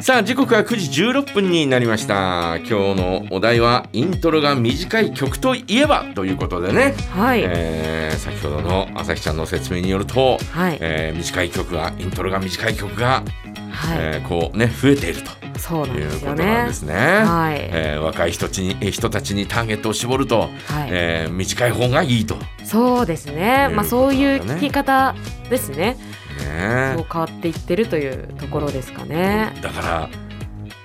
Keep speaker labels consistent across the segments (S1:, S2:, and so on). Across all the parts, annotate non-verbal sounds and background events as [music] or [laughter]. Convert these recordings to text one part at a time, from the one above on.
S1: さあ時刻は9時16分になりました今日のお題はイントロが短い曲といえばということでね、
S2: はい、
S1: えー先ほどの朝日ちゃんの説明によると、
S2: はい
S1: えー短い曲がイントロが短い曲が、
S2: はい、
S1: えーこうね増えている
S2: そうな
S1: と
S2: ん
S1: い
S2: で
S1: う
S2: す
S1: こ
S2: よ
S1: となん
S2: ね
S1: です。ね。
S2: はい
S1: えー若い人たちにえー人たちにターゲットを絞ると、
S2: はい
S1: えー短い方がいいと。ね
S2: そうですね。まあそういう聞き方ですね。こう変わっていってるというところですかね。
S1: だから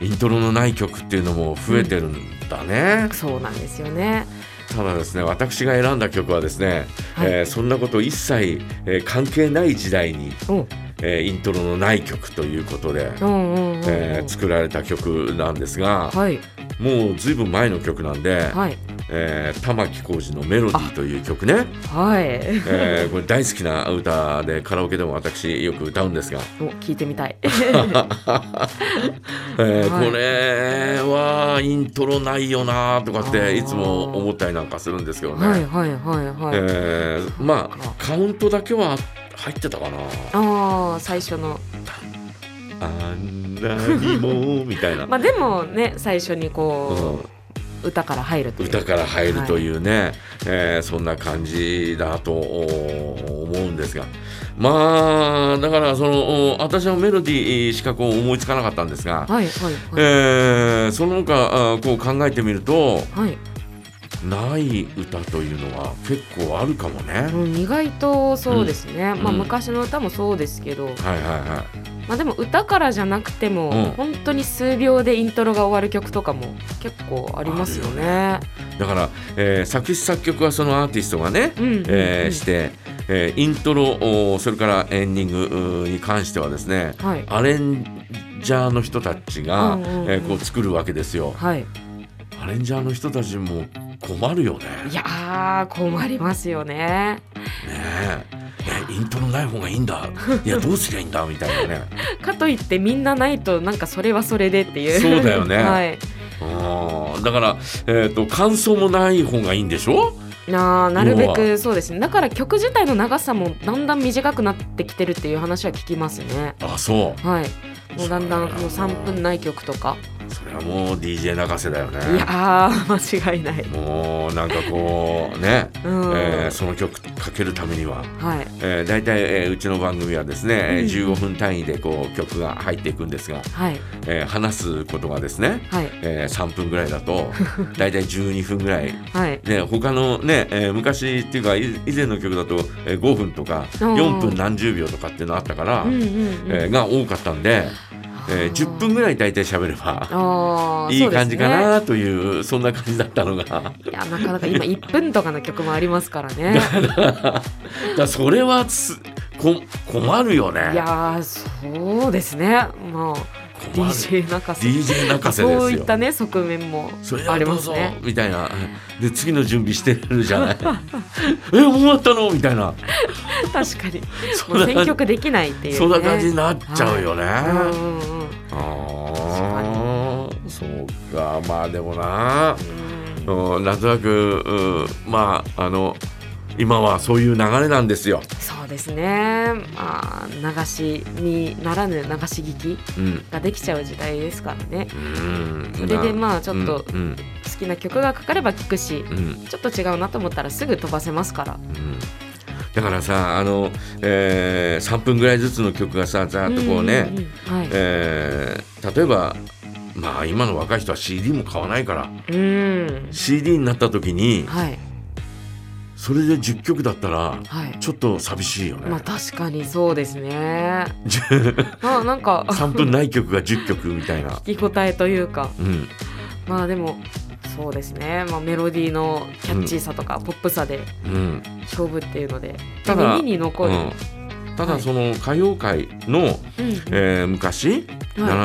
S1: イントロのない曲っていうのも増えてるんだね、
S2: そうなんですよね。
S1: ただですね私が選んだ曲はですね、
S2: はい
S1: えーそんなこと一切、えー関係ない時代に、
S2: うん、
S1: えーイントロのない曲ということで、
S2: うん、うんうんうん。
S1: えー作られた曲なんですが、
S2: はい、
S1: もうずいぶん前の曲なんで、
S2: はい、
S1: えー玉置浩二の「メロディー」という曲
S2: [laughs]
S1: ね、
S2: はい。
S1: えーこれ大好きな歌でカラオケでも私よく歌うんですが、
S2: お、聞いてみたい。
S1: えー
S2: はい
S1: これはイントロないよなとかっ
S2: あ
S1: て
S2: ー
S1: いつも思ったりなんかするんですけどね、
S2: はい、はい、はい、はい。
S1: えーまあカウントだけは入ってたかな
S2: ああ、最初の。
S1: 「あんなにも」みたいな、
S2: [laughs] まあでもね、最初にこ
S1: う
S2: う、歌から入ると
S1: ん
S2: いう。
S1: 歌から入るというね、えーそんな感じだとお思うんですがまあだからそのお私はメロディーしかこう思いつかなかったんですが、
S2: はい、はい、はい。
S1: えーその他あーこう考えてみると
S2: はい、
S1: ない歌というのは結構あるかもね。
S2: うん意外とそうですね、
S1: ん
S2: まあ
S1: うん
S2: 昔の歌もそうですけど、
S1: はいはいは
S2: まあでも歌からじゃなくても、
S1: うん
S2: 本当に数秒でイントロが終わる曲とかも結構ありますよね。
S1: い。だから、えー作詞作曲はそのアーティストがね、
S2: うんうんうん
S1: えーして、えーイントロおーそれからエンディングうーに関してはですね、
S2: はい
S1: アレンジャーの人たちが、
S2: うんうんうん
S1: えーこう作るわけですよ。
S2: はい、
S1: アレンジャーの人たちも困るよね。
S2: いやー困りますよね [laughs]
S1: ねえ。えイントロない方がいいんだ。いやどうすりゃいいんだみたいなね。
S2: かといってみんなないとなんかそれはそれでっていう
S1: そうだよね
S2: [laughs] はい、
S1: うんだから、えー、と感想もない方がいいんでしょ
S2: なあなるべ
S1: 要
S2: くそうですねだから曲自体の長さもだんだん短くなってきてるっていう話は聞きますね
S1: あそう
S2: はいもうだんだん
S1: そうだよな
S2: もう3分ない曲とか
S1: それはもう DJ 泣かせだよね
S2: いやー [laughs] 間違いない、
S1: もうなんかこうね、
S2: うん
S1: えーその曲かけるためには、
S2: はい
S1: えー、大体、えーうちの番組はですね、えー
S2: うん
S1: 15分単位でこう曲が入っていくんですが、
S2: はい
S1: えー話すことがですね、
S2: はい
S1: えー3分ぐらいだ
S2: [laughs]
S1: と大体12分ぐらい。
S2: はい
S1: ね、他のね、えー昔っていうかい以前の曲だと、えー5分とか
S2: うん
S1: 4分何十秒とかっていうのあったから、
S2: うんうんうん
S1: えーが多かったんで、えー
S2: あー
S1: 10分ぐらい大体喋れば
S2: あー
S1: いい感じか
S2: そう
S1: なというそんな感じだったのがだか
S2: ですねいやなかな
S1: [laughs]
S2: か今1分とかの曲もありますからね
S1: らそれはつこ困るよね
S2: いやーそうですねもう
S1: 困る
S2: DJ 中瀬
S1: DJ 泣かせですよ
S2: そういったね側面も
S1: それで
S2: あ
S1: は
S2: り
S1: ど
S2: ま
S1: う
S2: す
S1: ぞ、
S2: ね
S1: みたいなで次の準備してるじゃ
S2: [laughs]
S1: ない [laughs] え終わったのみたいな
S2: 確かに
S1: そ
S2: も
S1: ん
S2: う
S1: な
S2: 選
S1: 感じ
S2: 曲できないっていう、ね、
S1: そんな感じになっちゃうよね、
S2: うんうんうん
S1: ああそうかまあでもな
S2: うん
S1: うんなんとなくうんまああの今はそういう流れなんですよ、
S2: そうですねまあ流しにならぬ流し聞き
S1: うん、
S2: ができちゃう時代ですからね
S1: うん
S2: それで
S1: まあ
S2: まあちょっと好
S1: うん
S2: きな曲がかかれば聴くし
S1: うんうん
S2: ちょっと違うなと思ったらすぐ飛ばせますから
S1: うんだからさあの、えー3分ぐらいずつの曲がさざーっとこうね、
S2: んんうんはい
S1: えー例えばまあ今の若い人は CD も買わないから
S2: うん。
S1: CD になった時に
S2: はい。
S1: それで10曲だったら
S2: はい。
S1: ちょっと寂しいよね、
S2: まあ確かにそうです
S1: [laughs]
S2: ね。まあなんか
S1: 3分ない曲が10曲みたいな、
S2: 聞き応えというか、
S1: うん、
S2: まあでもそうですね。まあメロディーのキャッチーさとかポップさで
S1: うん、
S2: 勝負っていうので、
S1: ただ
S2: 耳に残る。うん。
S1: うんただその歌謡界の、えー昔、
S2: はい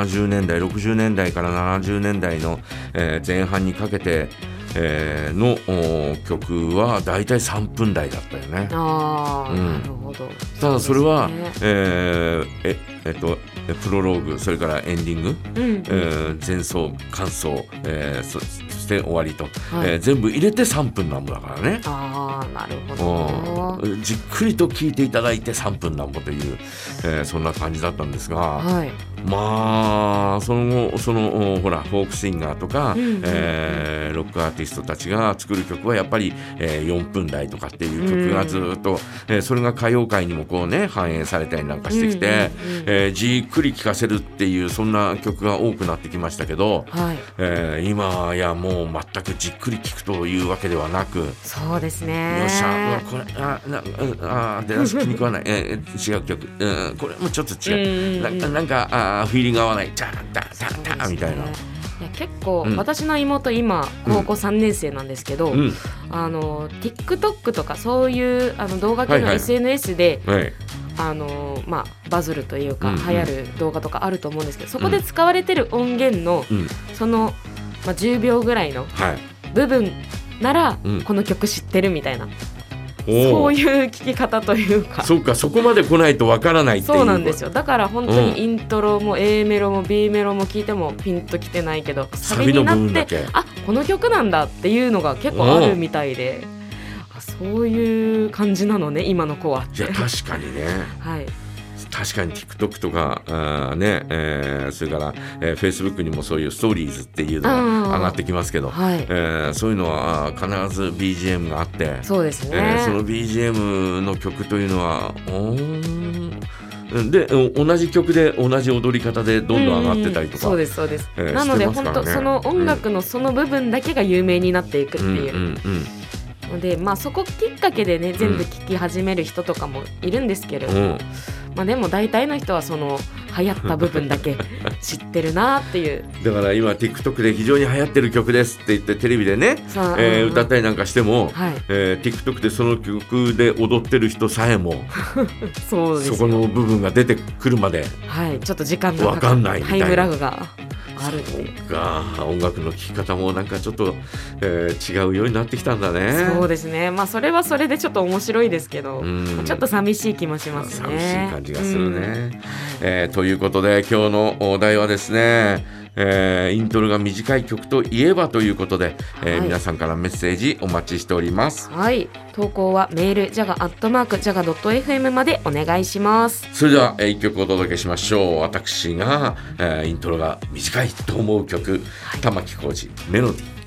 S1: 70年代60年代から70年代の、えー前半にかけて、えーのおー曲は大体3分台だったよね
S2: ああ、
S1: うん
S2: なるほど。
S1: ただそれは
S2: そうですね
S1: えーええっと、えプロローグそれからエンディング、
S2: うん
S1: えー前奏感想、えーそそして終わりと、
S2: はい
S1: えー全部入れて3分なんぼだからね。
S2: ああなるほど
S1: うんじっくりと聞いていただいて3分なんぼという、えーそんな感じだったんですが、
S2: はい
S1: まあその後そのおほらフォークシンガーとか、
S2: うんうんうん
S1: えーロックアーティストたちが作る曲はやっぱり、えー4分台とかっていう曲がずっと、えーそれが歌謡界にもこうね反映されたりなんかしてきて、
S2: うんうんうん
S1: えーじっくり聴かせるっていうそんな曲が多くなってきましたけど、
S2: はい
S1: えー今やもう全くじっくり聴くというわけではなく。
S2: そうですね
S1: よっしゃ、うわこれ、あ、な、うんあー、出だし気に食わない、えー、違う曲、うん、これもちょっと違う、
S2: うんうんうん
S1: ななんか、あーフィーリング合わない、チャーン、タン、タ
S2: そう
S1: ン、
S2: です
S1: タン、みたいな。
S2: ねいや結構、
S1: うん
S2: 私の妹今高校3年生なんですけど、
S1: うん、
S2: あの TikTok とかそういうあの動画系
S1: はい
S2: の
S1: はい
S2: SNS で、
S1: はい、
S2: あのまあ、バズるというか、
S1: うんうん
S2: 流行る動画とかあると思うんですけどそこで使われてる音源の、
S1: うん、
S2: その、まあ、10秒ぐらいの
S1: はい。
S2: 部分なら、
S1: うん
S2: この曲知ってるみたいな
S1: お
S2: そ
S1: お
S2: う、いう聞き方というか
S1: そっか、そこまで来ないとわからないっていう。
S2: そうなんですよだから本当
S1: うん
S2: にイントロも A メロも B メロも聞いてもピンときてないけど
S1: サ
S2: サ
S1: ビ
S2: ビ
S1: の
S2: にな
S1: 部分
S2: っ
S1: だ
S2: て
S1: け
S2: あこの曲なんだっていうのが結構あるみたいであそういう感じなのね今の子はっ
S1: いや、
S2: て。
S1: 確かにね、
S2: はい、
S1: 確かに TikTok とか、あーね、えー、それから、えー、Facebook にもそういうストーリーズっていうの
S2: う
S1: が
S2: ん
S1: 上がってきますけど、
S2: はい
S1: えー、そういうのはあー必ず BGM があって、
S2: そうですね、
S1: えーその BGM の曲というのはおーでお同じ曲で同じ踊り方でどんどん上がってたりとか。
S2: うんそうですそうです、
S1: えー
S2: なの
S1: し
S2: で
S1: てます
S2: 本
S1: から
S2: 当
S1: ね
S2: その音楽のその部分だけが有名になっていくって
S1: うんうん
S2: いう
S1: うん
S2: ので、まあそこきっかけでね全部聴き始める人とかもいるんですけれど、
S1: うん
S2: まあでも大体の人はその流行った部分
S1: [laughs]
S2: だけ知ってるなっていう
S1: だから今 TikTok で非常に流行ってる曲ですって言ってテレビでね、
S2: さあ
S1: えー
S2: うん
S1: 歌ったりなんかしても、
S2: はい
S1: えー TikTok でその曲で踊ってる人さえも
S2: そうです
S1: そこの部分が出てくるまで
S2: はいちょっと時間が
S1: わかんないみた
S2: タ
S1: い
S2: イ
S1: な
S2: ムラグがあるっていう
S1: が音楽の聴き方もなんかちょっと、えー違うようになってきたんだね。
S2: そうですねまあそれはそれでちょっと面白いですけど、
S1: うん
S2: ちょっと寂しい気もしますね
S1: 寂しい感じがするね、えーということで今日のお題はですね、えーイントロが短い曲といえばということで、えー
S2: はい
S1: 皆さんからメッセージお待ちしております
S2: はい投稿はメールジャガアットマークジャガ .fm までお願いします
S1: それでは、えー一曲お届けしましょう私が、えーイントロが短いと思う曲玉置浩二メロディー